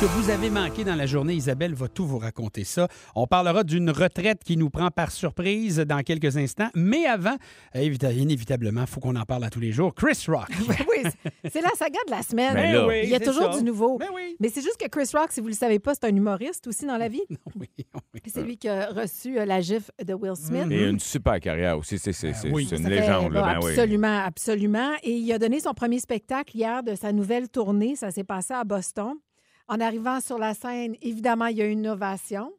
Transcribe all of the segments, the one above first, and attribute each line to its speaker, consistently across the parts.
Speaker 1: que vous avez manqué dans la journée, Isabelle va tout vous raconter ça. On parlera d'une retraite qui nous prend par surprise dans quelques instants. Mais avant, euh, évita- inévitablement, il faut qu'on en parle à tous les jours. Chris Rock.
Speaker 2: Ah
Speaker 3: Ben
Speaker 2: oui, c'est- c'est la saga de la semaine.
Speaker 1: Ben là.
Speaker 2: Il y a
Speaker 1: Oui,
Speaker 2: toujours
Speaker 1: c'est ça.
Speaker 2: du nouveau.
Speaker 1: Ben oui.
Speaker 2: Mais c'est juste que Chris Rock, si vous ne le savez pas, c'est un humoriste aussi dans la vie.
Speaker 1: Oui, oui.
Speaker 2: C'est lui qui a reçu euh, la gifle de Will Smith.
Speaker 3: Mm. Et une super carrière aussi. C'est c'est- c'est-
Speaker 1: Ben oui.
Speaker 3: c'est une
Speaker 2: Ça fait-
Speaker 3: légende.
Speaker 2: bah,
Speaker 3: là, ben oui.
Speaker 2: absolument, absolument. Et il a donné son premier spectacle hier de sa nouvelle tournée. Ça s'est passé à Boston. En arrivant sur la scène, évidemment, il y a une ovation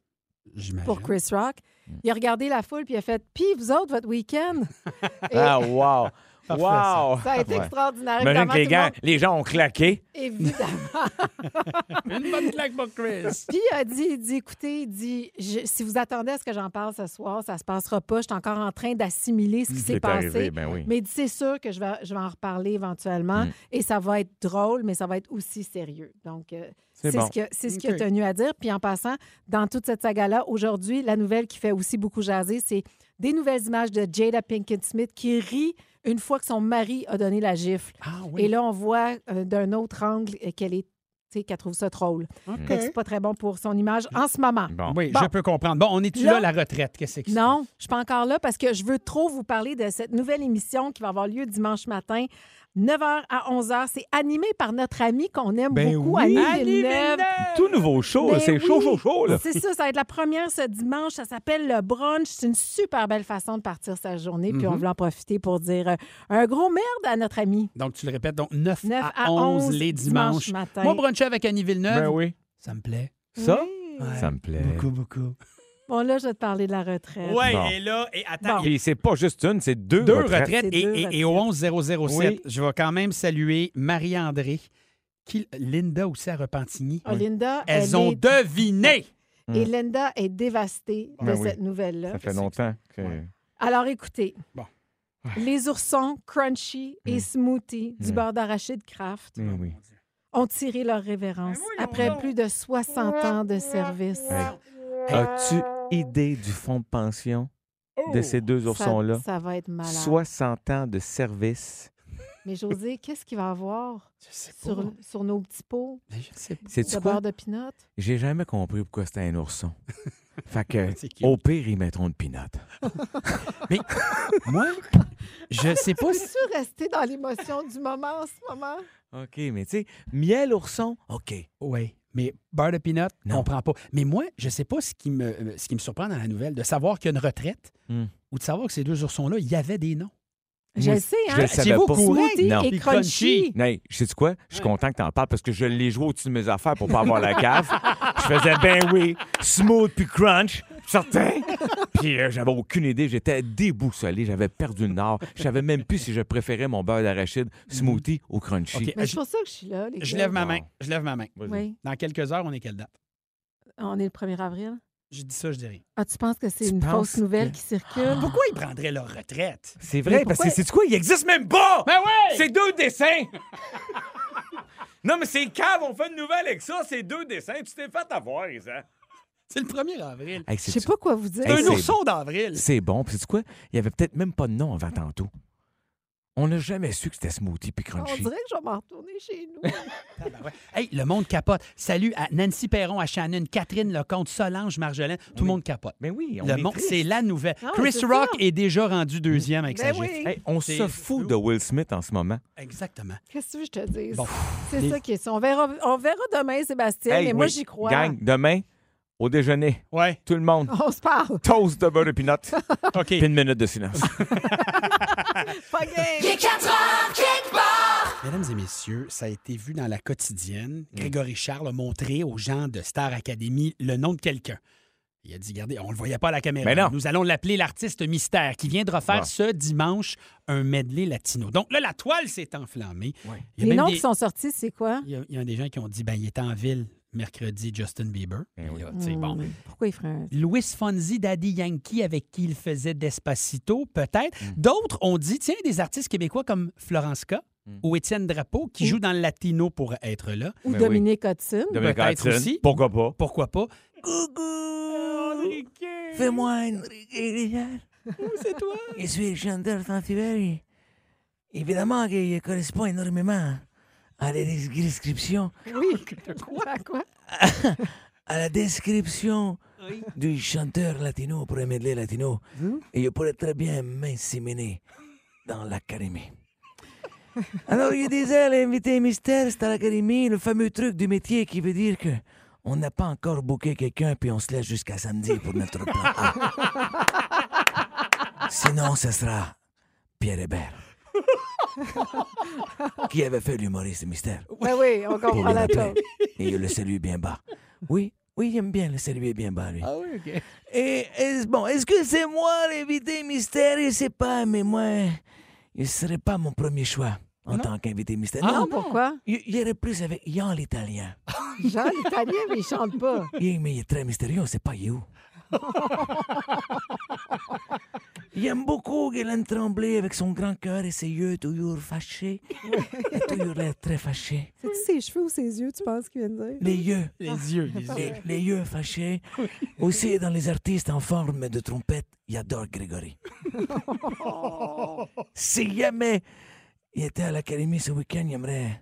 Speaker 3: Ben
Speaker 1: J'imagine.
Speaker 2: pour Chris Rock.
Speaker 3: Mm.
Speaker 2: Il a regardé la foule puis il a fait Puis vous autres, votre week-end. Et
Speaker 3: Ah, wow!
Speaker 1: Parfait,
Speaker 3: wow!
Speaker 2: ça a été
Speaker 3: Ouais.
Speaker 2: extraordinaire.
Speaker 3: Imagine
Speaker 2: Évidemment,
Speaker 3: que les,
Speaker 2: tout le
Speaker 3: gars,
Speaker 2: monde-
Speaker 3: les gens ont claqué.
Speaker 2: évidemment.
Speaker 1: Une bonne claque pour Chris.
Speaker 2: Puis euh, il a dit, il dit écoutez, il dit, je- si vous attendez à ce que j'en parle ce soir, ça se passera pas. Je suis encore en train d'assimiler ce qui s'est
Speaker 3: C'est
Speaker 2: passé.
Speaker 3: arrivé, ben oui.
Speaker 2: Mais il dit, c'est sûr que je vais, je vais en reparler éventuellement
Speaker 3: Mm.
Speaker 2: et ça va être drôle, mais ça va être aussi sérieux. Donc, euh,
Speaker 3: C'est
Speaker 2: c'est
Speaker 3: bon.
Speaker 2: ce que- c'est ce qu'il
Speaker 1: OK.
Speaker 2: a tenu à dire. Puis en passant, dans toute cette saga-là, aujourd'hui, la nouvelle qui fait aussi beaucoup jaser, c'est des nouvelles images de Jada Pinkett Smith qui rit une fois que son mari a donné la gifle.
Speaker 1: Ah oui.
Speaker 2: Et là, on voit euh, d'un autre angle euh, qu'elle est tu sais, qu'elle trouve ça drôle.
Speaker 1: OK.
Speaker 2: Fait que C'est pas très bon pour son image en ce moment.
Speaker 3: Bon.
Speaker 1: Oui,
Speaker 2: Bon.
Speaker 1: je peux comprendre. Bon, on est-tu là,
Speaker 2: Là-
Speaker 1: la retraite? Qu'est-ce que c'est?
Speaker 2: Non, je suis pas encore là parce que je veux trop vous parler de cette nouvelle émission qui va avoir lieu dimanche matin, 9h à 11h. C'est animé par notre ami qu'on aime
Speaker 3: Ben
Speaker 2: beaucoup,
Speaker 3: oui.
Speaker 2: Annie Villeneuve.
Speaker 3: Tout nouveau show,
Speaker 2: Ben
Speaker 3: c'est chaud,
Speaker 2: oui.
Speaker 3: chaud, chaud. Là.
Speaker 2: C'est ça, ça va être la première ce dimanche. Ça s'appelle le brunch. C'est une super belle façon de partir sa journée. Puis on
Speaker 3: Mhm.
Speaker 2: veut en profiter pour dire euh, un gros merde à notre ami.
Speaker 1: Donc, tu le répètes, donc 9,
Speaker 2: 9
Speaker 1: à 11, les dimanches.
Speaker 2: matin.
Speaker 1: Moi, bruncher avec Annie Villeneuve,
Speaker 3: Ben oui. Ben.
Speaker 1: ça me plaît.
Speaker 3: Ça,
Speaker 1: Ouais.
Speaker 3: ça me plaît.
Speaker 1: Beaucoup, beaucoup.
Speaker 2: Bon, là, je vais te parler de la retraite.
Speaker 1: Oui,
Speaker 3: Bon.
Speaker 1: et là, et attends,
Speaker 2: Bon.
Speaker 1: il y
Speaker 3: Puis c'est pas juste une, c'est deux,
Speaker 1: a deux
Speaker 3: retraites.
Speaker 1: retraites
Speaker 2: C'est
Speaker 1: et,
Speaker 2: deux
Speaker 1: et- et au 11007,
Speaker 3: Oui.
Speaker 1: je vais quand même saluer Marie-André, qui, Linda aussi à Repentigny.
Speaker 2: Oh, Linda, elle
Speaker 1: Elles ont
Speaker 2: est-
Speaker 1: deviné.
Speaker 2: Et Linda est dévastée
Speaker 3: Mm. Ben
Speaker 2: de
Speaker 3: oui.
Speaker 2: cette nouvelle-là.
Speaker 3: Ça fait longtemps que...
Speaker 1: Ouais.
Speaker 2: Alors écoutez,
Speaker 1: Bon.
Speaker 2: les oursons crunchy et
Speaker 3: Mm.
Speaker 2: smoothie du
Speaker 3: Mm.
Speaker 2: beurre d'arachide Kraft
Speaker 3: Ben oui.
Speaker 2: ont tiré leur révérence après plus de 60 ans de service.
Speaker 3: Hey. As-tu idée du fonds de pension de ces deux oursons-là?
Speaker 2: Ça, ça va être malade.
Speaker 3: 60 ans de service.
Speaker 2: Mais José, qu'est-ce qu'il va avoir
Speaker 1: Je sais pas.
Speaker 2: sur, sur nos petits pots
Speaker 1: Mais Je sais pas.
Speaker 3: C'est
Speaker 2: de
Speaker 3: quoi?
Speaker 2: beurre de pinot?
Speaker 3: J'ai jamais compris pourquoi c'était un ourson. fait que,
Speaker 1: Ben, C'est cute.
Speaker 3: au pire, ils mettront une pinotte.
Speaker 1: Moi, je sais pas si...
Speaker 2: Peux-tu rester dans l'émotion du moment en ce moment?
Speaker 3: OK, mais tu sais, miel ourson, OK.
Speaker 1: Oui, mais beurre de peanut,
Speaker 3: Non.
Speaker 1: on prend pas. Mais moi, je sais pas ce qui me, euh, ce qui me surprend dans la nouvelle, de savoir qu'il y a une retraite
Speaker 3: Hmm.
Speaker 1: ou de savoir que ces deux oursons-là, il y avait des noms.
Speaker 2: Je
Speaker 3: Moi,
Speaker 2: le sais, hein?
Speaker 3: je le savais
Speaker 1: vous
Speaker 3: pas.
Speaker 1: courant?
Speaker 2: Smoothie
Speaker 3: Non.
Speaker 2: et
Speaker 1: Puis crunchy.
Speaker 2: crunchy.
Speaker 3: Hey, sais-tu quoi? Je suis content que t'en parles parce que je l'ai joué au-dessus de mes affaires pour pas avoir la cave. je faisais ben oui, smooth puis crunch, certain. Puis euh, j'avais aucune idée, j'étais déboussolé, j'avais perdu le nord. Je savais même plus si je préférais mon beurre d'arachide smoothie ou crunchy.
Speaker 1: OK,
Speaker 2: Mais c'est
Speaker 1: je,
Speaker 2: pour ça que je suis là. Les
Speaker 1: je
Speaker 2: gars.
Speaker 1: lève ma main.
Speaker 3: Wow.
Speaker 1: Je lève ma main.
Speaker 3: Vas-y.
Speaker 2: Oui,
Speaker 1: Dans quelques heures, on est quelle date?
Speaker 2: on est le 1er avril.
Speaker 1: Je dis ça, je dis rien.
Speaker 2: Ah, tu penses que c'est
Speaker 3: Tu
Speaker 2: une
Speaker 3: penses
Speaker 2: fausse nouvelle
Speaker 3: que-
Speaker 2: qui circule?
Speaker 1: Pourquoi ils prendraient leur retraite?
Speaker 3: C'est
Speaker 2: Mais
Speaker 3: vrai, parce que
Speaker 2: pourquoi-
Speaker 3: c'est quoi? Il existe même pas!
Speaker 1: Ben ouais!
Speaker 3: C'est deux dessins! non, mais c'est cave, on fait une nouvelle avec ça, c'est deux dessins. Tu t'es fait avoir, ça.
Speaker 1: C'est le 1er avril.
Speaker 3: Hey,
Speaker 2: Je
Speaker 3: c'est
Speaker 2: sais pas quoi vous dire.
Speaker 3: Hey,
Speaker 1: un
Speaker 3: Ben, c'est-
Speaker 1: ourson d'avril.
Speaker 3: C'est bon. Puis, c'est quoi? Il y avait peut-être même pas de nom avant tantôt. On n'a jamais su que c'était smoothie puis
Speaker 2: On
Speaker 3: crunchy.
Speaker 2: dirait que je vais m'en retourner chez nous.
Speaker 1: Tabarouette. Ah, ben Hey, le monde capote. Salut à Nancy Perron, à Shannon, Catherine Lecomte, Solange Marjolaine. Tout le monde capote.
Speaker 3: Mais oui, on
Speaker 1: Le
Speaker 3: est
Speaker 1: monde,
Speaker 3: triste.
Speaker 1: c'est la nouvelle.
Speaker 2: Ah,
Speaker 1: Chris
Speaker 2: c'est
Speaker 1: Rock
Speaker 2: ça.
Speaker 1: est déjà rendu deuxième avec
Speaker 2: Ben
Speaker 1: sa
Speaker 2: oui.
Speaker 1: gifle.
Speaker 3: Hey, on
Speaker 1: C'est
Speaker 3: se fout
Speaker 1: fou.
Speaker 3: de Will Smith en ce moment.
Speaker 1: Exactement.
Speaker 2: Qu'est-ce que tu veux que je te dise?
Speaker 1: Bon.
Speaker 2: C'est
Speaker 1: Les-
Speaker 2: ça qui est ça. On verra, on verra demain, Sébastien,
Speaker 3: Hey,
Speaker 2: mais moi,
Speaker 3: oui.
Speaker 2: j'y crois.
Speaker 3: Gang, demain, au déjeuner,
Speaker 1: Ouais.
Speaker 3: tout le monde,
Speaker 2: On se parle.
Speaker 3: toast de beurre de peanut,
Speaker 1: OK.
Speaker 3: puis une minute de silence.
Speaker 2: Pas game.
Speaker 1: Mesdames et messieurs, ça a été vu dans la quotidienne. Grégory Charles a montré aux gens de Star Academy le nom de quelqu'un. Il a dit, regardez, on ne le voyait pas à la caméra.
Speaker 3: Mais non.
Speaker 1: Nous allons l'appeler l'artiste mystère qui vient de refaire
Speaker 3: Ah.
Speaker 1: ce dimanche un medley latino. Donc là, la toile s'est enflammée. Il y a
Speaker 2: Les
Speaker 1: même
Speaker 2: noms
Speaker 1: des-
Speaker 2: qui sont sortis, c'est quoi?
Speaker 1: il y, a, il y a des gens qui ont dit, ben, il était en ville mercredi, Justin Bieber.
Speaker 3: Eh oui.
Speaker 1: Là, tu sais, bon. Ben
Speaker 2: Hum, Pourquoi il ferait un...
Speaker 1: Louis Fonzi, Daddy Yankee, avec qui il faisait Despacito, peut-être. D'autres ont dit, tiens, des artistes québécois comme Florence K.
Speaker 3: Mm.
Speaker 1: ou Étienne Drapeau, qui
Speaker 2: Ou-
Speaker 1: joue dans le latino pour être là.
Speaker 2: Ou
Speaker 3: Mais oui.
Speaker 2: Dominique Hudson?
Speaker 3: Dominique
Speaker 1: Peut-être
Speaker 3: Hudson,
Speaker 1: aussi.
Speaker 3: Pourquoi pas?
Speaker 1: Pourquoi pas?
Speaker 4: Fais-moi Enrique Iglesias.
Speaker 1: C'est toi!
Speaker 4: Je suis le chanteur Fantiberi. Évidemment qu'il correspond énormément à la des- description,
Speaker 2: Oui. À quoi?
Speaker 4: à la description du chanteur latino pour un medley latino. Et je pourrais très bien m'inséminer dans l'académie. Alors, je disais, l'invité mystère, c'est à l'académie, le fameux truc du métier qui veut dire que on n'a pas encore booké quelqu'un, puis on se laisse jusqu'à samedi pour notre plan. A. Sinon, ce sera Pierre Hébert. qui avait fait l'humoriste mystère.
Speaker 2: Ben oui, on
Speaker 4: Pour
Speaker 2: comprend
Speaker 4: le
Speaker 2: la
Speaker 4: rappeler.
Speaker 2: chose.
Speaker 4: Et je le salue bien bas. Oui, oui, j'aime bien le saluer bien bas, lui.
Speaker 1: Ah oui, OK.
Speaker 4: Et est-ce- bon, est-ce que c'est moi l'invité mystère? Je sais pas, mais moi, il serait pas mon premier choix en tant qu'invité mystère.
Speaker 1: Ah,
Speaker 4: non,
Speaker 2: Non, pourquoi?
Speaker 4: il il irait plus avec Yann l'Italien.
Speaker 2: Jean l'Italien, mais il chante pas.
Speaker 4: Il- mais il est très mystérieux, c'est pas You. J'aime beaucoup Guylaine Tremblay avec son grand cœur et ses yeux toujours fâchés. Il a toujours l'air très fâché.
Speaker 2: C'est-tu ses cheveux ou ses yeux, tu penses, qu'il vient de dire?
Speaker 4: Les yeux,
Speaker 1: Les yeux, les yeux.
Speaker 4: les, les yeux fâchés. Aussi, dans les artistes en forme de trompette, il adore Grégory.
Speaker 1: Oh.
Speaker 4: si jamais il était à l'académie ce week-end, il aimerait,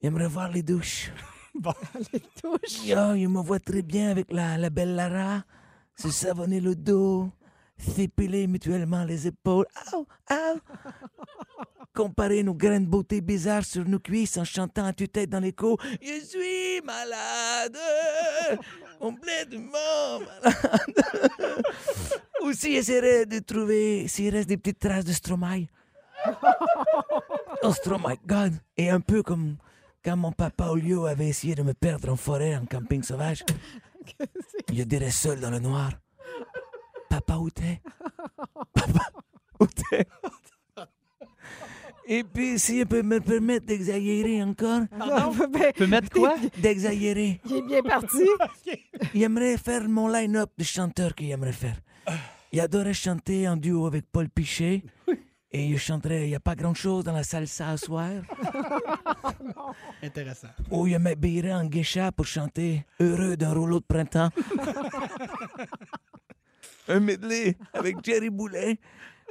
Speaker 4: il aimerait voir les douches.
Speaker 2: Touche.
Speaker 4: Oh, il me voit très bien avec la, la belle Lara, se savonner le dos, s'épiler mutuellement les épaules. Au, au. Comparer nos graines de beauté bizarres sur nos cuisses en chantant à tue-tête dans l'écho. Je suis malade, complètement malade. Aussi, j'essaierai de trouver s'il reste des petites traces de Stromae. Oh, Stromae, God! Et un peu comme quand mon papa Olio avait essayé de me perdre en forêt, en camping sauvage. Je dirais seul dans le noir. Papa, où t'es? Papa, où t'es? Et puis, si je peux me permettre d'exagérer encore,
Speaker 1: Tu
Speaker 2: Ben,
Speaker 1: peux mettre quoi?
Speaker 4: d'exagérer,
Speaker 2: il est bien parti.
Speaker 4: j'aimerais faire mon line-up de chanteurs que j'aimerais faire. J'adorais chanter en duo avec Paul Pichet. Et je chanterais, il n'y a pas grand-chose dans la salsa à soir.
Speaker 1: Intéressant.
Speaker 4: Ou je m'habillerais en geisha pour chanter Heureux d'un rouleau de printemps. un medley avec Jerry Boulet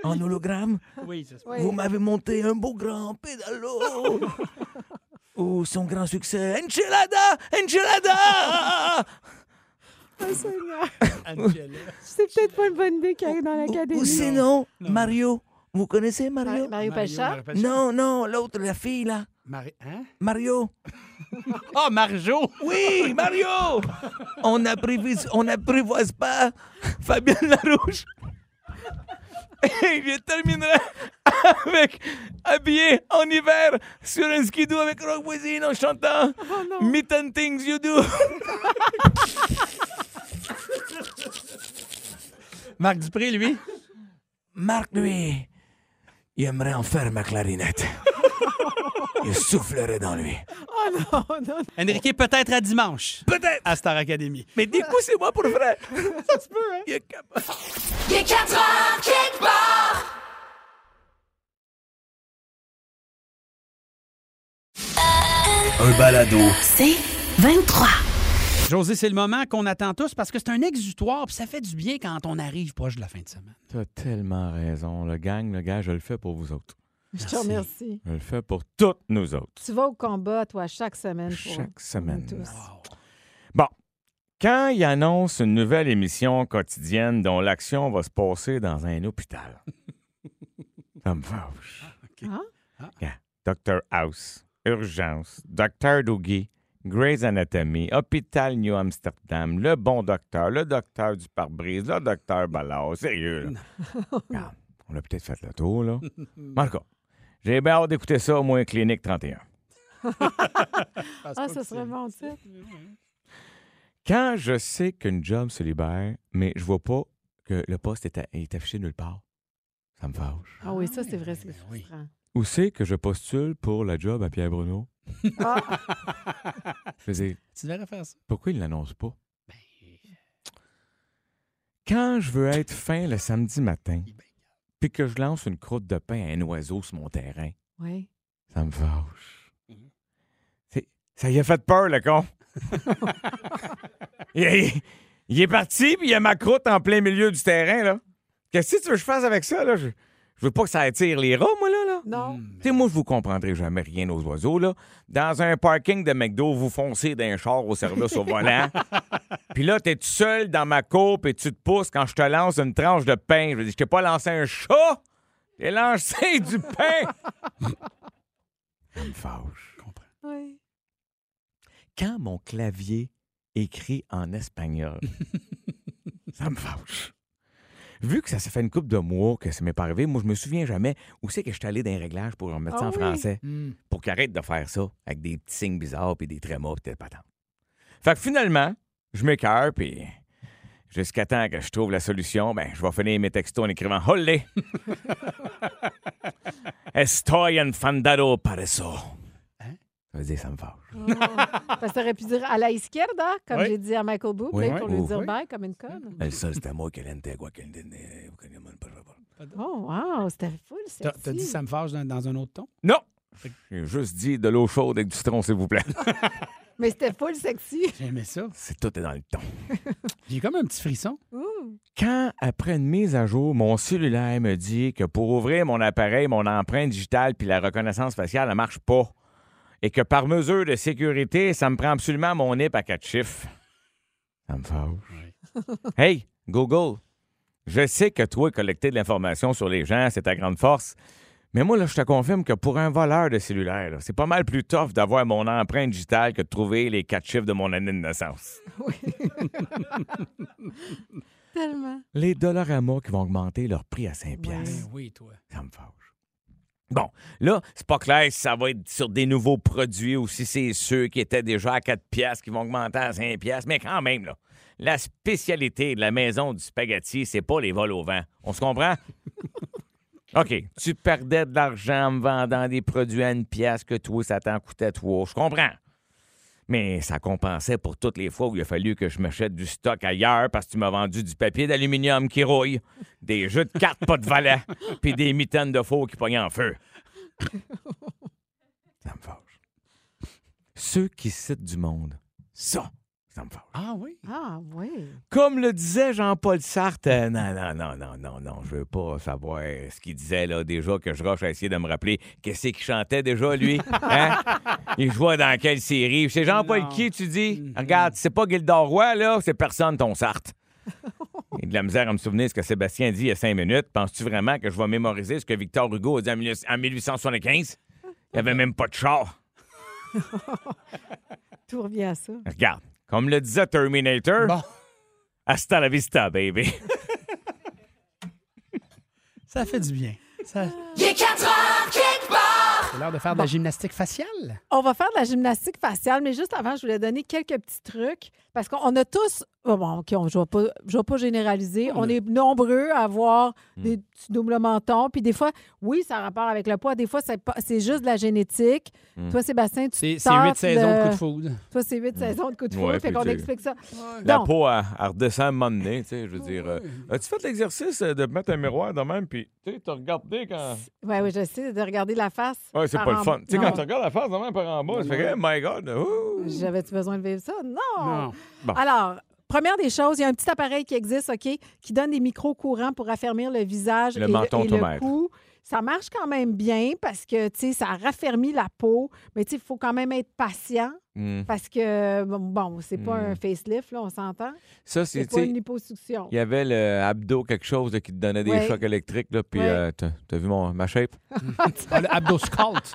Speaker 4: en hologramme.
Speaker 1: Oui, ça se peut.
Speaker 2: Oui.
Speaker 4: Vous m'avez monté un beau grand pédalo. Ou son grand succès Enchilada, Enchilada.
Speaker 2: Oh, Seigneur.
Speaker 1: Angela.
Speaker 2: C'est peut-être pas une bonne idée qu'il arrive dans
Speaker 4: ou,
Speaker 2: l'académie.
Speaker 4: ou sinon Mario. Vous connaissez
Speaker 2: Mario,
Speaker 4: Mario?
Speaker 2: Mario Pelchat?
Speaker 1: Mario-
Speaker 4: Non, non, l'autre, la fille là.
Speaker 1: Marie- hein?
Speaker 4: Mario.
Speaker 1: Ah, Marjo!
Speaker 4: Oui, Mario! On n'apprivoise on n'apprivoise pas Fabienne Larouche. Et je terminerai avec habillé en hiver sur un skidoo avec Rock Voisine en chantant Meet and Things You Do.
Speaker 1: Marc Dupré, lui?
Speaker 4: Marc, lui, il aimerait en faire ma clarinette. Il soufflerait dans lui.
Speaker 1: Enrique, peut-être à dimanche.
Speaker 4: Peut-être,
Speaker 1: À Star Academy.
Speaker 4: mais du coup, c'est moi pour vrai. Ça se peut, hein? Il est capable.
Speaker 5: Il est 4 heures quelque part.
Speaker 6: Un balado.
Speaker 7: C'est 23.
Speaker 1: José, c'est le moment qu'on attend tous parce que c'est un exutoire, puis ça fait du bien quand on arrive proche de la fin de semaine.
Speaker 3: T'as tellement raison. Le gang, le gars, je le fais pour vous autres.
Speaker 2: Je te remercie.
Speaker 3: Je le fais pour toutes nous autres.
Speaker 2: Tu vas au combat, toi, chaque semaine. pour-
Speaker 3: Chaque
Speaker 2: nous
Speaker 3: semaine.
Speaker 2: tous.
Speaker 3: Bon. Quand il annonce une nouvelle émission quotidienne dont l'action va se passer dans un hôpital. Ça me fâche.
Speaker 2: Ah?
Speaker 3: Dr. House, Urgence, Dr. Doogie, Grey's Anatomy, Hôpital New Amsterdam, Le Bon Docteur, Le Docteur du pare-brise, Le Docteur Ballard. Sérieux, là. Regarde, on a peut-être fait le tour, là. Mais en tout cas, j'ai bien hâte d'écouter ça au moins Clinique 31.
Speaker 2: Ah, ça serait bon, ça.
Speaker 3: Quand je sais qu'une job se libère, mais je vois pas que le poste est, à- est affiché nulle part, ça me fâche.
Speaker 2: Ah oui, ça, c'est
Speaker 1: Eh
Speaker 2: vrai,
Speaker 1: ben
Speaker 2: c'est frustrant.
Speaker 3: Où c'est que je postule pour la job à Pierre Bruno? Je veux dire,
Speaker 1: Tu devrais faire ça.
Speaker 3: pourquoi il l'annonce pas? Quand je veux être fin le samedi matin, puis que je lance une croûte de pain à un oiseau sur mon terrain,
Speaker 2: Oui.
Speaker 3: ça me fâche. C'est- Ça y a fait peur, le con. il, est, il est parti, puis il y a ma croûte en plein milieu du terrain, là. Qu'est-ce que tu veux que je fasse avec ça, là? Je, je veux pas que ça attire les rats, moi, là. là.
Speaker 2: Non.
Speaker 1: Hmm.
Speaker 3: Tu sais, moi, je vous comprendrai jamais rien aux oiseaux, là. Dans un parking de McDo, vous foncez d'un char au service au volant. Puis là, t'es tout seul dans ma coupe et tu te pousses quand je te lance une tranche de pain. Je veux dire, je t'ai pas lancé un chat, j'ai lancé du pain. Ça me fâche.
Speaker 2: Oui.
Speaker 3: Quand mon clavier écrit en espagnol, ça me fâche. Vu que ça s'est fait une coupe de mois que ça m'est pas arrivé, moi, je me souviens jamais où c'est que je suis allé dans les réglages pour remettre ça
Speaker 2: Ah
Speaker 3: en
Speaker 2: oui.
Speaker 3: français
Speaker 1: Hmm.
Speaker 3: pour qu'il arrête de faire ça avec des petits signes bizarres puis des trémas puis des patentes. Fait que finalement, je m'écœure puis jusqu'à temps que je trouve la solution, ben je vais finir mes textos en écrivant Holly. Estoy enfandado para eso. Ça veut dire ça me fâche.
Speaker 2: Parce que t'aurais pu dire à la izquierda, comme
Speaker 1: Oui.
Speaker 2: j'ai dit à Michael Bublé,
Speaker 3: Oui,
Speaker 2: pour
Speaker 3: oui.
Speaker 2: lui dire
Speaker 3: Oui.
Speaker 2: bye comme une conne.
Speaker 3: El sol está muy caliente, agua caliente, caliente, por favor.
Speaker 2: Oh, wow, c'était full,
Speaker 1: T'as
Speaker 2: sexy.
Speaker 1: t'as dit ça me fâche dans, dans un autre ton?
Speaker 3: Non! J'ai juste dit de l'eau chaude avec du citron, s'il vous plaît.
Speaker 2: Mais c'était full sexy.
Speaker 1: J'aimais ça.
Speaker 3: C'est tout est dans le ton.
Speaker 1: J'ai comme un petit frisson.
Speaker 2: Ouh.
Speaker 3: Quand, après une mise à jour, mon cellulaire me dit que pour ouvrir mon appareil, mon empreinte digitale puis la reconnaissance faciale ne marche pas et que par mesure de sécurité, ça me prend absolument mon nip à quatre chiffres. Ça me fâche. hey, Google, je sais que toi, collecter de l'information sur les gens, c'est ta grande force. Mais moi, là, je te confirme que pour un voleur de cellulaire, là, c'est pas mal plus tough d'avoir mon empreinte digitale que de trouver les quatre chiffres de mon année de naissance.
Speaker 2: Tellement.
Speaker 3: Les Dollaramas qui vont augmenter leur prix à 5 piastres.
Speaker 1: Ben oui, toi.
Speaker 3: Ça me fâche. Bon, là, c'est pas clair si ça va être sur des nouveaux produits ou si c'est ceux qui étaient déjà à 4 piastres qui vont augmenter à 5 piastres. Mais quand même, là, la spécialité de la maison du spaghetti, c'est pas les vols au vent. On se comprend? OK, tu perdais de l'argent en me vendant des produits à une pièce que toi, ça t'en coûtait trois. Je comprends. Mais ça compensait pour toutes les fois où il a fallu que je m'achète du stock ailleurs parce que tu m'as vendu du papier d'aluminium qui rouille, des jeux de cartes pas de valet, puis des mitaines de faux qui pognent en feu. ça me fâche. Ceux qui citent du monde, ça, ça me fâche.
Speaker 1: Ah oui?
Speaker 2: Ah, oui.
Speaker 3: Comme le disait Jean-Paul Sartre, euh, non, non, non, non, non, non, je veux pas savoir ce qu'il disait là déjà que je rush à essayer de me rappeler qu'est-ce qu'il chantait déjà lui. Hein? Il jouait dans quelle série? C'est Jean-Paul
Speaker 1: Non. Mm-hmm.
Speaker 3: qui, tu dis? Regarde, c'est pas Gildor Roy, là, c'est personne ton Sartre. J'ai de la misère à me souvenir ce que Sébastien dit il y a cinq minutes. Penses-tu vraiment que je vais mémoriser ce que Victor Hugo a dit en 18- en 1875? Il n'y avait même pas de char.
Speaker 2: Tout revient à ça.
Speaker 3: Regarde, comme le disait Terminator,
Speaker 1: Bon,
Speaker 3: hasta la vista, baby.
Speaker 1: ça fait du bien. Ça-
Speaker 5: Il est 4 heures quelque part.
Speaker 1: C'est l'heure de faire de la gymnastique faciale.
Speaker 2: On va faire de la gymnastique faciale, mais juste avant, je voulais donner quelques petits trucs parce qu'on a tous. oh, Bon, OK, on- je ne vais, pas- je vais pas généraliser.
Speaker 3: Oh
Speaker 2: On est nombreux à avoir
Speaker 3: Hmm.
Speaker 2: des petits doubles mentons. Puis des fois, oui, ça a rapport avec le poids. Des fois, c'est pas- c'est juste de la génétique.
Speaker 3: Hmm.
Speaker 2: Toi, Sébastien, tu.
Speaker 1: C'est
Speaker 2: tentes
Speaker 1: huit saisons de
Speaker 2: le-
Speaker 1: coup de foudre.
Speaker 2: Toi, c'est huit saisons de coup de foudre.
Speaker 3: Ouais,
Speaker 2: fait
Speaker 3: puis
Speaker 2: qu'on
Speaker 3: tu-
Speaker 2: explique ça.
Speaker 3: La
Speaker 2: Donc,
Speaker 3: peau, elle, elle redescend à un moment donné, tu sais, je veux dire. euh, As-tu fait l'exercice euh, de mettre un miroir de même, puis tu sais, t'as regardé quand...
Speaker 2: ouais, ouais, j'essaie de regarder la face.
Speaker 3: Ouais, c'est
Speaker 2: par
Speaker 3: pas le
Speaker 2: en-
Speaker 3: fun. Tu sais,
Speaker 2: Non.
Speaker 3: quand tu regardes la face de même par en bas, tu fais « Oh my God! ouh!
Speaker 2: J'avais-tu besoin de vivre ça? Non!
Speaker 1: Non.
Speaker 3: Bon.
Speaker 2: Alors, première des choses, il y a un petit appareil qui existe, OK, qui donne des micro-courants pour affermir le visage
Speaker 3: Le
Speaker 2: et,
Speaker 3: menton
Speaker 2: et
Speaker 3: tomate.
Speaker 2: le cou. Ça marche quand même bien parce que, tu sais, ça raffermit la peau, mais tu sais, il faut quand même être patient
Speaker 3: Hmm.
Speaker 2: parce que, bon, c'est pas un facelift, là, on s'entend. C'est
Speaker 3: Ça, c'est, Hmm. tu
Speaker 2: pas
Speaker 3: sais,
Speaker 2: une liposuction.
Speaker 3: il y avait le abdo quelque chose là, qui te donnait des
Speaker 2: Ouais.
Speaker 3: chocs électriques, là, puis
Speaker 2: Ouais.
Speaker 3: euh, t'as, t'as vu mon, ma shape?
Speaker 1: Ah, le abdo sculpt.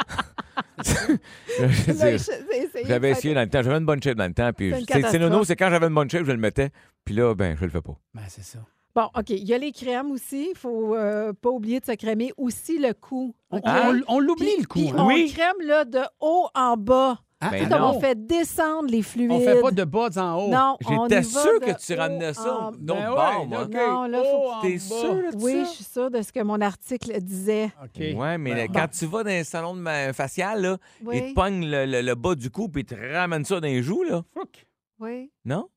Speaker 3: Je veux
Speaker 2: Là,
Speaker 3: dire,
Speaker 2: j'ai- j'ai essayé de
Speaker 3: J'avais
Speaker 2: faire-
Speaker 3: essayé dans le temps. J'avais une bonne shape dans le temps, puis...
Speaker 2: C'est une
Speaker 3: tu sais, C'est
Speaker 2: catastrophe.
Speaker 3: nono, c'est quand j'avais une bonne shape, je le mettais, puis là, ben, je le fais pas.
Speaker 1: Ben, c'est ça.
Speaker 2: Bon, OK, il y a les crèmes aussi. Il faut euh, pas oublier de se crémer. Aussi le cou.
Speaker 1: On,
Speaker 2: OK?
Speaker 1: hein? on- on l'oublie
Speaker 2: Puis-
Speaker 1: le coup.
Speaker 2: puis
Speaker 1: hein.
Speaker 2: on crème là, de haut en bas.
Speaker 3: Ah,
Speaker 2: C'est
Speaker 3: ben
Speaker 2: comme
Speaker 3: non.
Speaker 2: on fait descendre les fluides.
Speaker 1: On fait pas de bas en haut.
Speaker 2: Non, on y
Speaker 3: Oh, J'étais
Speaker 2: va
Speaker 3: sûr
Speaker 2: de
Speaker 3: que tu
Speaker 2: haut
Speaker 3: ramenais ça
Speaker 2: en
Speaker 3: d'autre
Speaker 1: Ben
Speaker 3: bord,
Speaker 1: ouais,
Speaker 3: moi.
Speaker 1: OK.
Speaker 2: Non, là, faut
Speaker 1: Haut en
Speaker 3: T'es
Speaker 1: bas.
Speaker 3: sûr de
Speaker 2: Oui, je Ben,
Speaker 3: ça?
Speaker 2: suis sûre de ce que mon article disait.
Speaker 1: OK. Ben,
Speaker 3: Ouais, mais là,
Speaker 1: bon.
Speaker 3: quand tu vas dans un salon de ma- facial, là,
Speaker 2: Oui,
Speaker 3: ils te pognent le, le- le bas du cou puis ils te ramènent ça dans les joues, là.
Speaker 1: Fuck.
Speaker 2: oui.
Speaker 3: Non?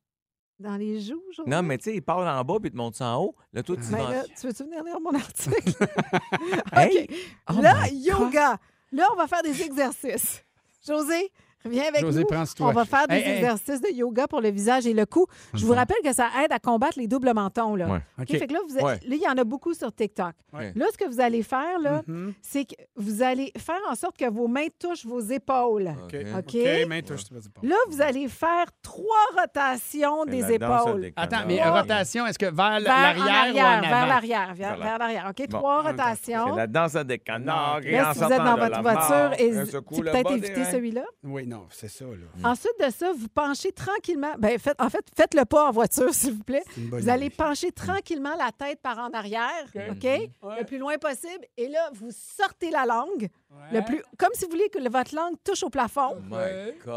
Speaker 2: Dans les joues, genre.
Speaker 3: Non, mais tu sais, ils partent en bas puis ils te montent ça en haut. Là, toi, tu
Speaker 2: Ben
Speaker 3: vas-
Speaker 2: là, tu veux-tu venir lire mon article?
Speaker 3: Hey!
Speaker 2: OK.
Speaker 3: Oh
Speaker 2: là,
Speaker 3: my God!
Speaker 2: yoga. Là, on va faire des exercices. José, reviens avec
Speaker 1: José,
Speaker 2: nous.
Speaker 1: prends-toi.
Speaker 2: On va faire des
Speaker 1: Hey, hey.
Speaker 2: exercices de yoga pour le visage et le cou. Je vous rappelle que ça aide à combattre les doubles mentons. Là.
Speaker 3: Ouais.
Speaker 1: OK.
Speaker 2: OK, fait que là, vous êtes-
Speaker 3: Ouais.
Speaker 2: là, il y en a beaucoup sur TikTok.
Speaker 3: Ouais. Mm-hmm.
Speaker 2: Là, ce que vous allez faire, là,
Speaker 1: Mhm.
Speaker 2: c'est que vous allez faire en sorte que vos mains touchent vos épaules.
Speaker 1: OK.
Speaker 2: OK.
Speaker 1: OK, mais toi, je te dis pas.
Speaker 2: Là, vous allez faire trois rotations des épaules.
Speaker 3: Ah,
Speaker 1: Attends, mais
Speaker 2: Ouais.
Speaker 1: rotation, est-ce que vers l-
Speaker 2: Vers en
Speaker 1: l'arrière ou en
Speaker 2: arrière,
Speaker 1: avant?
Speaker 2: vers l'arrière, vers,
Speaker 3: Vers
Speaker 2: vers l'arrière. OK,
Speaker 3: Bon.
Speaker 2: trois
Speaker 3: C'est
Speaker 2: rotations.
Speaker 3: la danse des canards.
Speaker 2: Là, si vous êtes dans votre voiture, et
Speaker 3: euh,
Speaker 2: peut-être
Speaker 3: hein.
Speaker 2: éviter celui-là. Mm.
Speaker 1: Oui, non, c'est ça, là.
Speaker 2: Ensuite de ça, vous penchez tranquillement. Ben, faites, en fait, faites le pas en voiture, s'il vous plaît.
Speaker 1: une bonne
Speaker 2: Vous allez
Speaker 1: idée.
Speaker 2: pencher
Speaker 3: Mm.
Speaker 2: tranquillement la tête par en arrière, OK? Le plus loin possible. Et là, vous sortez la langue, le plus, comme si vous voulez que le- votre langue touche au plafond.
Speaker 3: Oh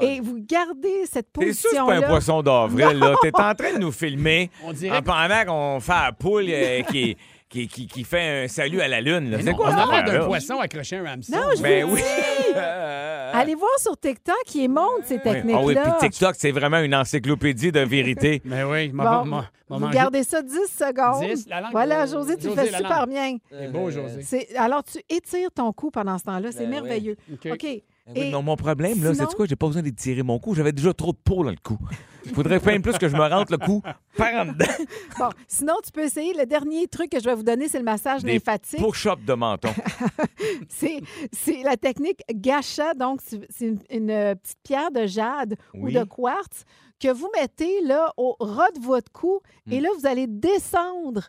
Speaker 2: Et vous gardez cette
Speaker 3: Mm. T'es sûr que c'est
Speaker 2: position-là.
Speaker 3: pas un poisson d'avril, là? T'es en train de nous filmer
Speaker 1: On dirait
Speaker 3: en pendant qu'on fait la poule euh, qui, qui, qui, qui fait un salut à la lune. là.
Speaker 1: Mais
Speaker 3: ben, C'est
Speaker 1: non,
Speaker 3: quoi
Speaker 1: on
Speaker 3: cette
Speaker 1: a l'air
Speaker 3: affaire-là?
Speaker 1: d'un poisson accroché à un hamster.
Speaker 2: Non, je
Speaker 3: Ben
Speaker 2: vous le
Speaker 3: oui.
Speaker 2: dis. Allez voir sur TikTok, ils montrent ces
Speaker 3: Ah oui, puis
Speaker 2: techniques-là.
Speaker 3: TikTok, c'est vraiment une encyclopédie de vérité.
Speaker 1: Mais oui,
Speaker 2: Bon,
Speaker 1: m'a
Speaker 2: vous-
Speaker 1: m'a- m'a
Speaker 2: vous
Speaker 1: mangé.
Speaker 2: gardez ça 10 secondes.
Speaker 1: 10, la langue,
Speaker 2: voilà,
Speaker 1: euh,
Speaker 2: José, tu le
Speaker 1: José,
Speaker 2: fais
Speaker 1: la
Speaker 2: super
Speaker 1: langue.
Speaker 2: bien.
Speaker 1: C'est beau, José.
Speaker 2: Euh, C'est- Alors, tu étires ton cou pendant ce temps-là. C'est
Speaker 4: Ben
Speaker 2: merveilleux.
Speaker 1: OK. Ben
Speaker 2: OK.
Speaker 3: Eh
Speaker 2: Et-
Speaker 3: Oui, non, mon problème, là,
Speaker 2: sinon-
Speaker 3: c'est quoi? J'ai pas besoin de tirer mon cou. J'avais déjà trop de peau dans le cou. Il faudrait bien plus que je me rentre le cou par en dedans.
Speaker 2: Bon, sinon, tu peux essayer. Le dernier truc que je vais vous donner, c'est le massage
Speaker 3: Des
Speaker 2: lymphatique.
Speaker 3: Push-up de menton.
Speaker 2: C'est c'est la technique gacha. Donc, c'est c'est une, une, euh, petite pierre de jade
Speaker 3: Oui.
Speaker 2: ou de quartz que vous mettez là au ras de votre cou.
Speaker 3: Mm.
Speaker 2: Et là, vous allez descendre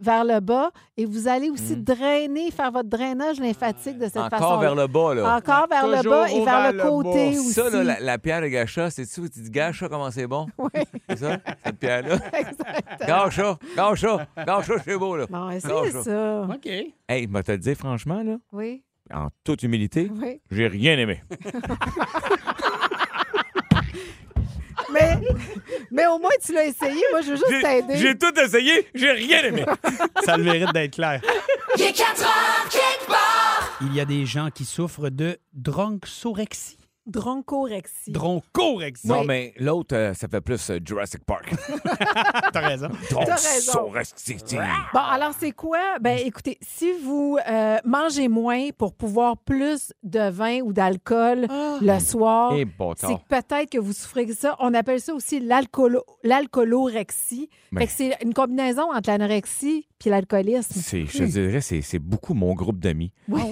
Speaker 2: vers le bas et vous allez aussi
Speaker 3: Mm.
Speaker 2: drainer, faire votre drainage lymphatique de cette façon.
Speaker 3: Encore vers le bas, là.
Speaker 2: Encore vers le
Speaker 1: Toujours
Speaker 2: bas et
Speaker 1: au
Speaker 2: vers
Speaker 1: vers
Speaker 2: le
Speaker 1: le
Speaker 2: côté aussi.
Speaker 3: Ça, là, la, la pierre de gacha, c'est ça où tu dis gacha, comment c'est bon?
Speaker 2: Oui,
Speaker 3: C'est ça? Cette pierre-là?
Speaker 2: exactement.
Speaker 3: Gacha, gacha, gacha, c'est beau, là.
Speaker 2: Bon,
Speaker 3: Non,
Speaker 2: essayez
Speaker 3: je-
Speaker 2: ça.
Speaker 1: OK.
Speaker 3: Hey, je vais te le dire franchement, là,
Speaker 2: Oui,
Speaker 3: en toute humilité,
Speaker 2: oui.
Speaker 3: j'ai rien aimé.
Speaker 2: Mais, mais au moins, tu l'as essayé. Moi, je veux juste
Speaker 3: J'ai
Speaker 2: t'aider.
Speaker 3: j'ai tout essayé, j'ai rien aimé.
Speaker 1: Ça le mérite d'être clair.
Speaker 5: Il est 4 heures, quelque part.
Speaker 1: Il y a des gens qui souffrent de dronxorexie.
Speaker 2: Droncorexie.
Speaker 1: Droncorexie.
Speaker 3: Non, mais l'autre, euh, ça fait plus euh, Jurassic Park.
Speaker 1: T'as raison.
Speaker 3: Donc,
Speaker 2: raison. Ah!
Speaker 3: son reste-
Speaker 2: Bon, alors c'est quoi? Ben écoutez, si vous euh, mangez moins pour pouvoir plus de vin ou d'alcool le soir,
Speaker 3: Eh, bâtard.
Speaker 2: c'est que peut-être que vous souffrez de ça. On appelle ça aussi l'alcoolo- l'alcoolorexie. Fait
Speaker 3: Mais-
Speaker 2: que c'est une combinaison entre l'anorexie puis l'alcoolisme.
Speaker 3: C'est- Je te dirais, c'est c'est beaucoup mon groupe d'amis.
Speaker 1: Donc,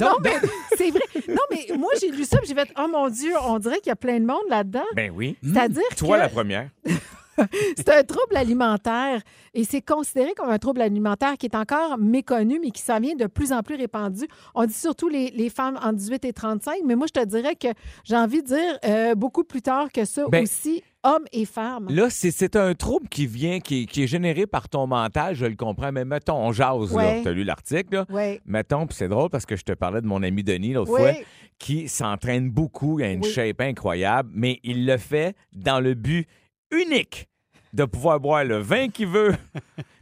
Speaker 1: donc,
Speaker 2: C'est vrai. Non, mais moi, j'ai lu ça puis j'ai fait « Oh mon Dieu, on dirait qu'il y a plein de monde là-dedans.
Speaker 3: Ben oui. »
Speaker 2: C'est-à-dire
Speaker 3: Toi,
Speaker 2: que
Speaker 3: la première.
Speaker 2: c'est un trouble alimentaire et c'est considéré comme un trouble alimentaire qui est encore méconnu, mais qui s'en vient de plus en plus répandu. On dit surtout les, les femmes entre 18 et 35, mais moi, je te dirais que j'ai envie de dire euh, beaucoup plus tard que ça
Speaker 3: Ben,
Speaker 2: aussi, hommes et femmes.
Speaker 3: Là, c'est- c'est un trouble qui vient, qui, qui est généré par ton mental, je le comprends, mais mettons, on jase,
Speaker 2: Ouais.
Speaker 3: là. T'as lu l'article, là.
Speaker 2: Oui.
Speaker 3: Mettons, puis c'est drôle parce que je te parlais de mon ami Denis l'autre
Speaker 2: Oui.
Speaker 3: fois, qui s'entraîne beaucoup, il a une
Speaker 2: Oui.
Speaker 3: shape incroyable, mais il le fait dans le but unique de pouvoir boire le vin qu'il veut,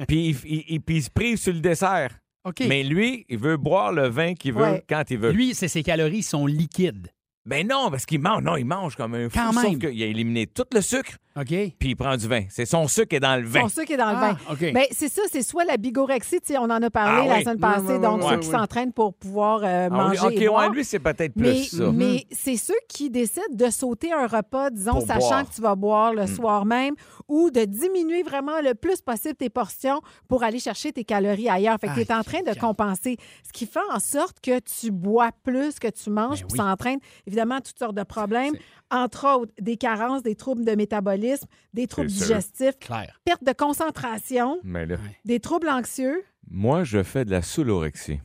Speaker 3: puis il, il- il- puis il se prive sur le dessert.
Speaker 1: OK.
Speaker 3: Mais lui, il veut boire le vin qu'il veut
Speaker 2: Ouais.
Speaker 3: quand il veut.
Speaker 1: lui, c'est ses calories sont liquides.
Speaker 3: Ben non, parce qu'il mange, non, il mange comme un fou.
Speaker 1: Quand
Speaker 3: sauf
Speaker 1: même.
Speaker 3: qu'il a éliminé tout le sucre,
Speaker 1: OK?
Speaker 3: puis il prend du vin. C'est son sucre qui est dans le vin.
Speaker 2: Son sucre est dans le
Speaker 1: Ah,
Speaker 2: vin.
Speaker 1: OK.
Speaker 2: Mais c'est ça, c'est soit la bigorexie, tu sais, on en a parlé
Speaker 3: Ah
Speaker 2: la
Speaker 3: oui.
Speaker 2: semaine passée,
Speaker 1: Oui, oui,
Speaker 2: donc
Speaker 1: oui,
Speaker 2: ceux
Speaker 1: oui,
Speaker 2: qui
Speaker 1: oui.
Speaker 2: s'entraînent pour pouvoir euh,
Speaker 3: Ah oui,
Speaker 2: manger.
Speaker 3: OK,
Speaker 2: et boire.
Speaker 3: ouais, lui, c'est peut-être plus
Speaker 2: Mais,
Speaker 3: ça.
Speaker 2: mais c'est ceux qui décident de sauter un repas, disons,
Speaker 3: Pour
Speaker 2: sachant
Speaker 3: boire.
Speaker 2: que tu vas boire
Speaker 1: Mm.
Speaker 2: le soir même, ou de diminuer vraiment le plus possible tes portions pour aller chercher tes calories ailleurs. Fait que tu es
Speaker 1: Aïe,
Speaker 2: en train de
Speaker 1: aïe.
Speaker 2: compenser. Ce qui fait en sorte que tu bois plus, que tu manges,
Speaker 1: Ben
Speaker 2: puis
Speaker 1: oui.
Speaker 2: ça entraîne évidemment toutes sortes de problèmes, entre autres des carences, des troubles de métabolisme, des troubles
Speaker 3: sûr.
Speaker 2: digestifs,
Speaker 1: Clair.
Speaker 2: perte de concentration,
Speaker 3: Mais là,
Speaker 2: des troubles anxieux.
Speaker 3: moi, je fais de la soulorexie.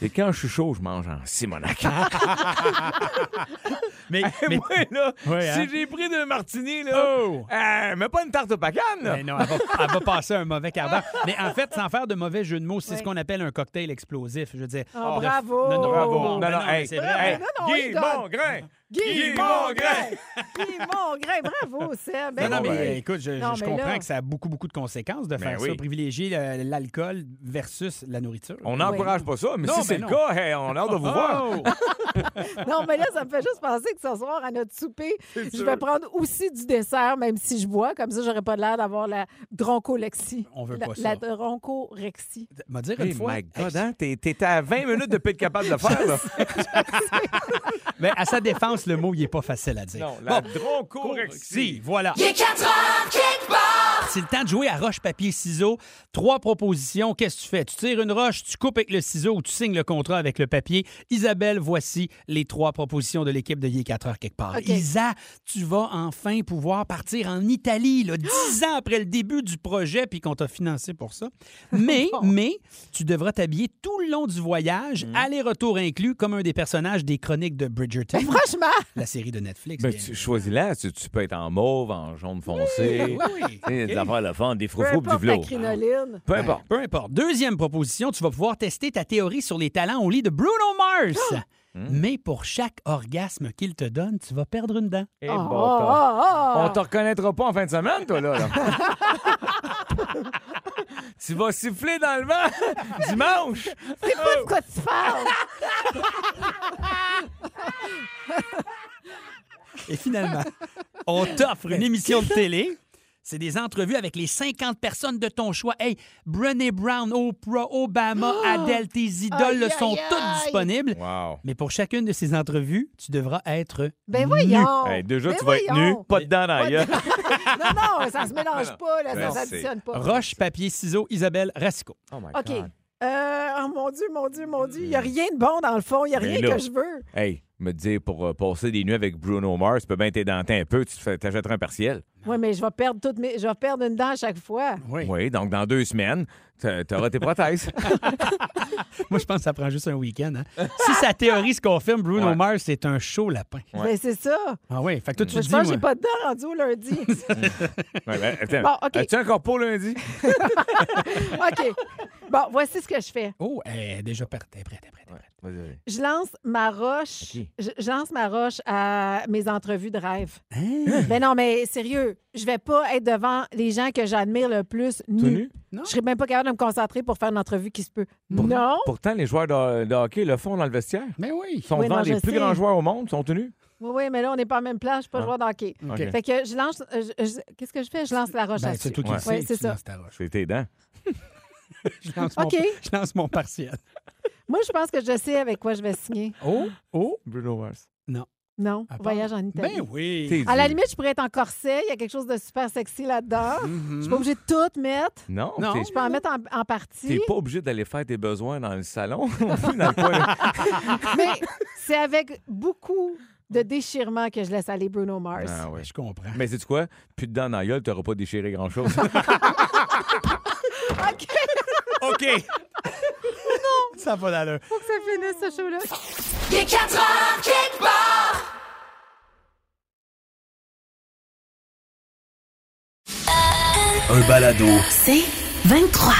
Speaker 3: Et quand je suis chaud, je mange en Simonac.
Speaker 1: mais,
Speaker 3: mais- moi, là,
Speaker 1: Ouais, hein?
Speaker 3: si j'ai pris de martini, là,
Speaker 1: Oh!
Speaker 3: euh, mais pas une tarte au pacane, là.
Speaker 1: Mais non, elle va, elle va passer un mauvais quart d'heure. Mais en fait, sans faire de mauvais jeu de mots, c'est
Speaker 2: Oui.
Speaker 1: ce qu'on appelle un cocktail explosif. Je veux dire.
Speaker 2: Ah,
Speaker 1: de-
Speaker 2: bravo!
Speaker 1: Non, non,
Speaker 3: Bravo.
Speaker 1: non, mais non, mais
Speaker 3: Oh! hey,
Speaker 1: c'est vrai. hein?
Speaker 3: hey,
Speaker 2: Non, non, on
Speaker 3: Guy
Speaker 2: rigole.
Speaker 3: Mongrain.
Speaker 2: Guy Mongrain! Guy Mongrain, bravo, Seb. Ben
Speaker 1: Non, non,
Speaker 2: oui.
Speaker 1: mais euh, écoute, je,
Speaker 2: Non,
Speaker 1: je
Speaker 2: mais
Speaker 1: comprends
Speaker 2: là-
Speaker 1: que ça a beaucoup, beaucoup de conséquences de faire
Speaker 3: Ben oui.
Speaker 1: ça, privilégier euh, l'alcool versus la nourriture.
Speaker 3: On n'encourage pas ça, mais
Speaker 1: Non,
Speaker 3: si
Speaker 1: mais
Speaker 3: c'est le
Speaker 1: non.
Speaker 3: cas, hey, on a hâte de vous voir.
Speaker 1: Oh!
Speaker 2: Non, mais là, ça me fait juste penser que ce soir, à notre souper, je
Speaker 3: sûr.
Speaker 2: vais prendre aussi du dessert, même si je bois. Comme ça, j'aurais pas l'air d'avoir la droncolexie.
Speaker 1: On veut
Speaker 2: la,
Speaker 1: pas ça.
Speaker 2: La droncorexie.
Speaker 1: M'a dire une
Speaker 3: Hey,
Speaker 1: fois.
Speaker 3: my God, hein, t'es t'es à 20 minutes de plus être capable de le faire, là.
Speaker 1: Mais à sa défense, le mot, il est pas facile à dire.
Speaker 3: hein? Non, la
Speaker 1: Bon, si,
Speaker 3: droncorexie.
Speaker 1: voilà.
Speaker 5: Il est 4 heures, kickbox!
Speaker 1: C'est le temps de jouer à roche, papier, ciseaux. Trois propositions. Qu'est-ce que tu fais? Tu tires une roche, tu coupes avec le ciseau ou tu signes le contrat avec le papier. Isabelle, voici les trois propositions de l'équipe de Yé 4 heures quelque part.
Speaker 2: OK.
Speaker 1: Isa, tu vas enfin pouvoir partir en Italie, là, dix ans après le début du projet, puis qu'on t'a financé pour ça. Mais, mais, tu devras t'habiller tout le long du voyage,
Speaker 5: Mm.
Speaker 1: aller-retour inclus, comme un des personnages des chroniques de Bridgerton,
Speaker 2: Franchement,
Speaker 1: la série de Netflix.
Speaker 3: Ben,
Speaker 1: bien
Speaker 3: tu choisis là, tu, tu peux être en mauve, en jaune foncé.
Speaker 1: Oui.
Speaker 3: Il y a des affaires à la fente, des
Speaker 2: peu
Speaker 3: froufrous pis du
Speaker 2: importe la
Speaker 3: velours.
Speaker 2: crinoline.
Speaker 3: Peu importe.
Speaker 1: Ben, Peu importe. Deuxième proposition, tu vas pouvoir tester ta théorie sur les talents au lit de Bruno Mars. Mais pour chaque orgasme qu'il te donne, tu vas perdre une dent.
Speaker 3: Eh,
Speaker 2: Oh,
Speaker 3: bon,
Speaker 2: oh,
Speaker 3: t'as-
Speaker 2: oh, oh.
Speaker 3: On te reconnaîtra pas en fin de semaine, toi, là. là. tu vas siffler dans le vent dimanche.
Speaker 1: Oh!
Speaker 2: C'est pas de quoi tu parles.
Speaker 1: Et finalement, on t'offre une émission de télé. C'est des entrevues avec les 50 personnes de ton choix. Hey, Brené Brown, Oprah, Obama, Adele, tes idoles
Speaker 2: Aïe,
Speaker 1: sont
Speaker 2: aïe, aïe.
Speaker 1: toutes disponibles.
Speaker 3: Wow.
Speaker 1: Mais pour chacune de ces entrevues, tu devras être
Speaker 2: Ben
Speaker 1: nu.
Speaker 2: voyons.
Speaker 3: Hey, déjà,
Speaker 2: Ben
Speaker 3: tu vas être nu,
Speaker 2: voyons.
Speaker 3: pas dedans dans la gueule.
Speaker 2: Non, non, ça se mélange pas, là,
Speaker 3: Ben,
Speaker 2: ça
Speaker 3: c'est-
Speaker 2: s'additionne pas.
Speaker 1: Roche, papier, ciseaux, Isabelle Racicot.
Speaker 3: Oh my
Speaker 2: OK.
Speaker 1: Ah.
Speaker 3: God.
Speaker 2: Euh, oh mon Dieu, mon Dieu, mon Dieu. Il
Speaker 1: Mmh.
Speaker 2: n'y a rien de bon dans le fond. Il n'y a
Speaker 3: Ben
Speaker 2: rien
Speaker 3: là.
Speaker 2: que je veux.
Speaker 3: Hey, me dire pour euh, passer des nuits avec Bruno Mars, tu peux bien t'édenter un peu, tu te fais- t'achèteras un partiel.
Speaker 2: Oui, mais je vais perdre toutes mes. Je vais perdre une dent à chaque fois.
Speaker 1: Oui.
Speaker 3: Oui, donc dans deux semaines, t'a- t'auras tes prothèses.
Speaker 1: Moi, je pense que ça prend juste un week-end. hein. si sa théorie se confirme, Bruno
Speaker 3: Ouais.
Speaker 1: Mars est un chaud lapin.
Speaker 2: Ben, c'est ça.
Speaker 1: Ah oui, fait que toi, tu
Speaker 2: Je
Speaker 1: dis,
Speaker 2: pense que
Speaker 1: moi-
Speaker 2: j'ai pas de dents rendu au lundi.
Speaker 3: Ouais, ben, attends,
Speaker 2: Bon, OK.
Speaker 3: As-tu encore pour lundi?
Speaker 2: OK. Bon, voici ce que je fais.
Speaker 1: Oh, elle est déjà prête, elle est prête, elle est prête. elle est prête.
Speaker 3: Vas-y.
Speaker 2: Je lance ma roche.
Speaker 3: Ok.
Speaker 2: Je, je lance ma roche à mes entrevues de rêve.
Speaker 1: Hein?
Speaker 2: Ben non, mais sérieux, je vais pas être devant les gens que j'admire le plus
Speaker 3: Tout
Speaker 2: nus.
Speaker 3: nu?
Speaker 1: Non.
Speaker 2: Je serais même pas capable de me concentrer pour faire une entrevue qui se peut. Non.
Speaker 3: Pourtant, les joueurs de, de hockey le font dans le vestiaire.
Speaker 1: Mais oui.
Speaker 3: Ils sont
Speaker 2: Oui,
Speaker 3: devant
Speaker 2: non,
Speaker 3: les
Speaker 2: je
Speaker 3: plus
Speaker 2: sais.
Speaker 3: grands joueurs au monde, sont tenus.
Speaker 2: Oui, oui, mais là, on n'est pas en même place. Je suis
Speaker 1: Ah.
Speaker 2: pas joueur d'hockey.
Speaker 3: OK.
Speaker 2: Fait que je lance. euh, je- je- Qu'est-ce que je fais? Je lance la roche
Speaker 1: Ben,
Speaker 2: à
Speaker 1: c'est toi qui
Speaker 3: Ouais.
Speaker 1: le sais,
Speaker 2: Oui, c'est
Speaker 1: tu
Speaker 2: ça.
Speaker 1: lances ta roche.
Speaker 3: C'est tes dents.
Speaker 1: Je lance,
Speaker 2: OK.
Speaker 1: mon, je lance mon partiel.
Speaker 2: Moi, je pense que je sais avec quoi je vais signer.
Speaker 1: Oh, oh.
Speaker 3: Bruno Mars.
Speaker 2: Non,
Speaker 1: à part-
Speaker 2: voyage en Italie.
Speaker 1: Ben oui.
Speaker 3: T'es
Speaker 2: À la
Speaker 3: dit.
Speaker 2: limite, je pourrais être en corset. Il y a quelque chose de super sexy là-dedans.
Speaker 1: Mm-hmm.
Speaker 2: Je suis pas obligée de tout mettre.
Speaker 3: Non,
Speaker 1: Non.
Speaker 3: t'es-
Speaker 2: Je peux en mettre en, en
Speaker 3: t'es
Speaker 2: partie.
Speaker 3: pas obligé d'aller faire tes besoins dans le salon. non plus, dans le coin.
Speaker 2: Mais c'est avec beaucoup de déchirement que je laisse aller Bruno Mars.
Speaker 3: Ah, ouais.
Speaker 1: Je comprends.
Speaker 3: Mais sais-tu quoi? Plus dedans dans la gueule, t'auras pas déchiré grand-chose.
Speaker 2: OK,
Speaker 1: OK. Ça va d'allure.
Speaker 2: faut que ça finisse ce show-là.
Speaker 5: Il est 4 heures, kickbox!
Speaker 6: Un balado.
Speaker 7: C'est 23.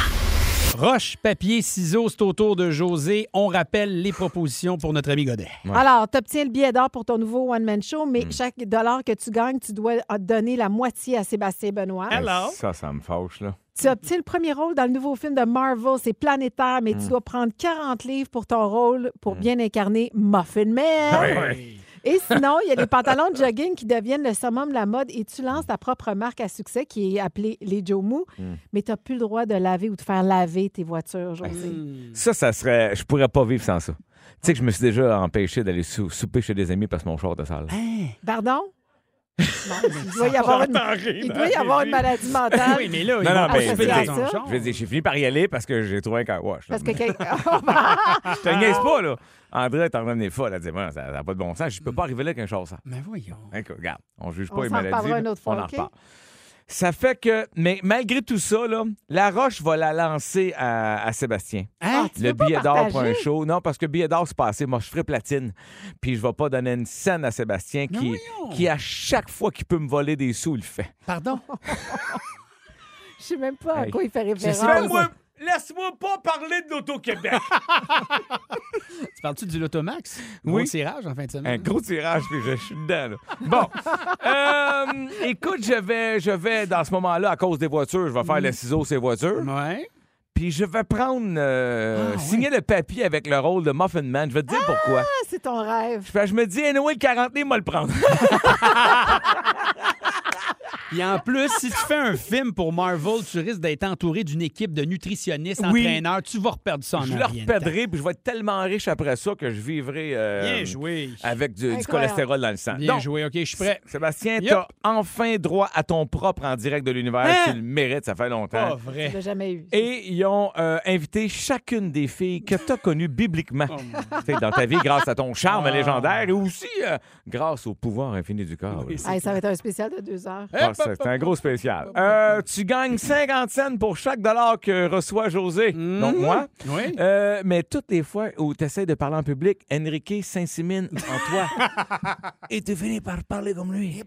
Speaker 1: Roche, papier, ciseaux, c'est au tour de José. On rappelle les propositions pour notre ami Godet.
Speaker 3: Ouais. Hmm.
Speaker 2: Alors, tu obtiens le billet d'or pour ton nouveau one-man show, mais chaque dollar que tu gagnes, tu dois en donner la moitié à Sébastien Benoît.
Speaker 3: Ah
Speaker 1: Alors?
Speaker 3: Ça, ça me fâche, là.
Speaker 2: Tu obtiens le premier rôle dans le nouveau film de Marvel, c'est planétaire, mais
Speaker 3: Mm.
Speaker 2: tu dois prendre 40 livres pour ton rôle pour bien incarner Muffin Man. Et sinon, il y a les pantalons de jogging qui deviennent le summum de la mode et tu lances ta propre marque à succès qui est appelée les Joe Mou,
Speaker 3: Mm.
Speaker 2: mais tu n'as plus le droit de laver ou de faire laver tes voitures, José.
Speaker 1: Mm.
Speaker 3: Ça, ça serait. Je pourrais pas vivre sans ça. Tu sais que je me suis déjà empêché d'aller sou- souper chez des amis parce que mon short de
Speaker 2: Ah
Speaker 3: salle.
Speaker 2: Pardon? Non, il doit y avoir une, il doit y avoir une maladie mentale. Ah,
Speaker 1: Oui, mais là,
Speaker 3: Non, non, mais
Speaker 1: il
Speaker 3: je
Speaker 2: souper
Speaker 3: veux
Speaker 2: dans
Speaker 3: dire-
Speaker 2: son
Speaker 1: Ah,
Speaker 3: je veux dire, j'ai fini par y aller parce que j'ai trouvé un car wash. là.
Speaker 2: Parce que Ah.
Speaker 3: Je te niaise pas, là. André est en train de folle. Elle dit, Moi, ça n'a pas de bon sens. Je peux pas arriver là qu'un short sale.
Speaker 1: Mais voyons.
Speaker 3: Écoute, Hein, regarde, on juge pas
Speaker 2: On
Speaker 3: les
Speaker 2: s'en
Speaker 3: maladies.
Speaker 2: reparlera une
Speaker 3: là.
Speaker 2: autre fois,
Speaker 3: on en
Speaker 2: OK?
Speaker 3: reparle. Ça fait que, mais malgré tout ça, là, La Roche va la lancer à, à Sébastien.
Speaker 2: Hein? Ah, tu
Speaker 3: le
Speaker 2: veux pas
Speaker 3: billet d'or pour
Speaker 2: partager?
Speaker 3: un show. Non, parce que billet d'or, c'est passé. Moi, je ferai platine. Puis je vais pas donner une scène à Sébastien
Speaker 1: Mais
Speaker 3: qui,
Speaker 1: voyons.
Speaker 3: qui, à chaque fois qu'il peut me voler des sous, il le fait.
Speaker 1: Pardon?
Speaker 2: Je sais même pas à
Speaker 3: Hey.
Speaker 2: quoi il fait référence.
Speaker 3: Laisse-moi pas parler de l'Auto-Québec.
Speaker 1: Tu parles-tu du Lotomax?
Speaker 3: Oui.
Speaker 1: Gros tirage en fin de
Speaker 3: Un
Speaker 1: semaine.
Speaker 3: gros tirage, puis je suis dedans. là. Bon. Euh, écoute, je vais, je vais, dans ce moment-là, à cause des voitures, je vais faire le
Speaker 1: Mm.
Speaker 3: ciseau ces voitures.
Speaker 1: Ouais.
Speaker 3: Puis je vais prendre, euh,
Speaker 1: Ah,
Speaker 3: signer le papier avec le rôle de Muffin Man. Je vais te dire pourquoi.
Speaker 2: Ah, c'est ton rêve.
Speaker 3: Je, je me dis, Noël 40 moi le prendre.
Speaker 1: Ah, Et en plus, si tu fais un film pour Marvel, tu risques d'être entouré d'une équipe de nutritionnistes,
Speaker 3: Oui.
Speaker 1: entraîneurs. Tu vas reperdre ça en
Speaker 3: je
Speaker 1: un
Speaker 3: le
Speaker 1: rien de temps.
Speaker 3: repèderai, puis je vais être tellement riche après ça que je vivrai euh,
Speaker 1: Bien joué.
Speaker 3: avec du, du
Speaker 2: Incroyable.
Speaker 3: cholestérol dans le sang.
Speaker 1: Bien
Speaker 3: Donc,
Speaker 1: joué. OK, je suis prêt.
Speaker 3: Sébastien,
Speaker 1: Yep.
Speaker 3: t'as enfin droit à ton propre en direct de l'univers.
Speaker 1: Hein? Oh,
Speaker 3: Tu le mérites, ça fait longtemps.
Speaker 1: Pas
Speaker 2: Tu
Speaker 1: vrai.
Speaker 2: l'as jamais eu.
Speaker 3: Et ils ont euh, invité chacune des filles que tu as connues bibliquement Tu sais, dans ta vie grâce à ton charme
Speaker 1: Ah.
Speaker 3: légendaire et aussi euh, grâce au pouvoir infini du corps. là.
Speaker 2: Hey, ça va être un spécial de deux heures.
Speaker 3: Ah, c'est un gros spécial. Euh, tu gagnes 50 cents pour chaque dollar que reçoit José, donc moi.
Speaker 1: Oui.
Speaker 3: Euh, mais toutes les fois où tu essaies de parler en public, Enrique s'insémine en toi.
Speaker 4: Et tu finis par parler comme lui.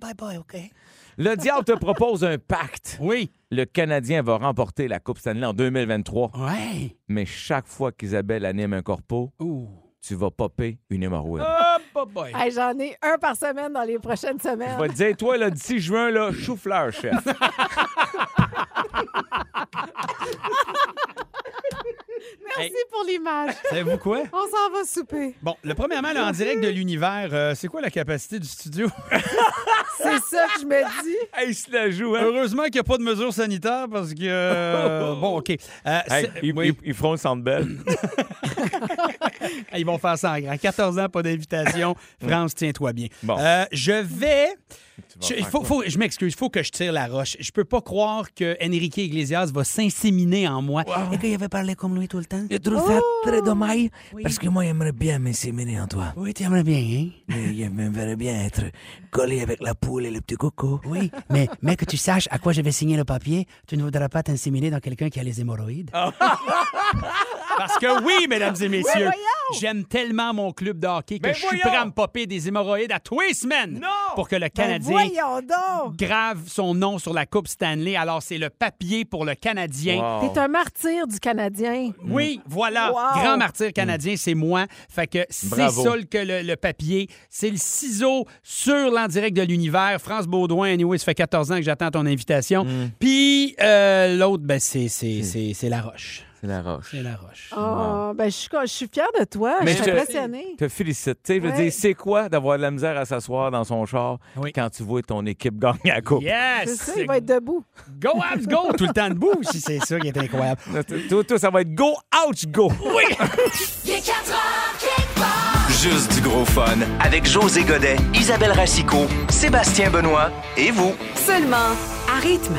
Speaker 3: Le diable te propose un pacte.
Speaker 1: Oui.
Speaker 3: Le Canadien va remporter la Coupe Stanley en 2023.
Speaker 1: Ouais.
Speaker 3: Mais chaque fois qu'Isabelle anime un corpo,
Speaker 1: Ouh.
Speaker 3: tu vas popper une hémorroïde.
Speaker 1: Ah!
Speaker 2: Hey, J'en ai un par semaine dans les prochaines
Speaker 3: Je
Speaker 2: semaines.
Speaker 3: vais te dire, toi, là, d'ici juin, là, chou-fleur, chef.
Speaker 2: Merci pour l'image.
Speaker 1: Savez-vous quoi?
Speaker 2: On s'en va souper.
Speaker 1: Bon, le premier mal en direct de l'univers, euh, c'est quoi la capacité du studio?
Speaker 2: C'est ça que je me dis.
Speaker 3: hey, il se la joue, hein?
Speaker 1: Heureusement qu'il n'y a pas de mesures sanitaires parce que. euh, bon, OK. Euh,
Speaker 3: Hey,
Speaker 1: c'est-
Speaker 3: ils,
Speaker 1: oui,
Speaker 3: ils- ils feront le centre belle.
Speaker 1: Ah, ils vont faire ça en grand. 14 ans, pas d'invitation. France, tiens-toi bien.
Speaker 3: Bon.
Speaker 1: Euh, je vais.
Speaker 3: vas
Speaker 1: Je, il
Speaker 3: faire
Speaker 1: faut, faut- je m'excuse, il faut que je tire la roche. Je peux pas croire que Enrique Iglesias va s'inséminer en moi. Et qu'il avait parlé comme lui tout le temps.
Speaker 4: Je trouve ça très dommage parce que moi, j'aimerais bien m'inséminer en toi.
Speaker 1: Oui, t'aimerais bien, hein?
Speaker 4: Mais je m'aimerais bien être collé avec la poule et le petit coco.
Speaker 1: Oui, mais, mais que tu saches à quoi je vais signer le papier, tu ne voudras pas t'inséminer dans quelqu'un qui a les hémorroïdes. Ah. Parce que oui, mesdames et messieurs, j'aime tellement mon club de hockey que
Speaker 3: Mais
Speaker 1: je suis
Speaker 3: voyons!
Speaker 1: prêt à me popper des hémorroïdes à tous les semaines
Speaker 3: Non!
Speaker 1: pour que le
Speaker 2: Ben,
Speaker 1: Canadien
Speaker 2: voyons donc.
Speaker 1: grave son nom sur la Coupe Stanley. Alors, c'est le papier pour le Canadien.
Speaker 2: T'es un martyr du Canadien.
Speaker 1: Oui, voilà.
Speaker 2: Mm. Wow.
Speaker 1: Grand martyr canadien, c'est moi. Fait que c'est
Speaker 3: Bravo.
Speaker 1: ça le- que le, le papier. C'est le ciseau sur l'en direct de l'univers. France Baudouin, anyway, ça fait 14 ans que j'attends ton invitation.
Speaker 2: Mm.
Speaker 1: Puis euh, l'autre, ben, c'est, c'est, c'est, c'est La Roche.
Speaker 3: C'est la roche.
Speaker 1: C'est La Roche.
Speaker 2: Oh, ben, je suis je suis fière de toi.
Speaker 3: Mais
Speaker 2: je suis
Speaker 3: je-
Speaker 2: impressionnée.
Speaker 3: te félicite. Tu sais, je veux
Speaker 2: Ouais.
Speaker 3: dire, c'est quoi d'avoir de la misère à s'asseoir dans son char
Speaker 1: Oui.
Speaker 3: quand tu vois ton équipe gagner la coupe?
Speaker 2: C'est
Speaker 1: Yes!
Speaker 2: ça, il va être debout.
Speaker 1: Go, Habs, go! Tout le temps debout, si c'est ça qui est incroyable.
Speaker 3: Tout, tout, ça va être go, ouch, go!
Speaker 5: Il est 4 heures, kick bar.
Speaker 6: Juste du gros fun avec José Godet, Isabelle Racicot, Sébastien Benoît et vous.
Speaker 8: Seulement à rythme.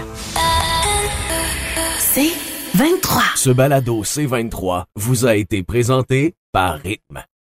Speaker 7: C'est 23.
Speaker 9: Ce balado C23 vous a été présenté par Rythme.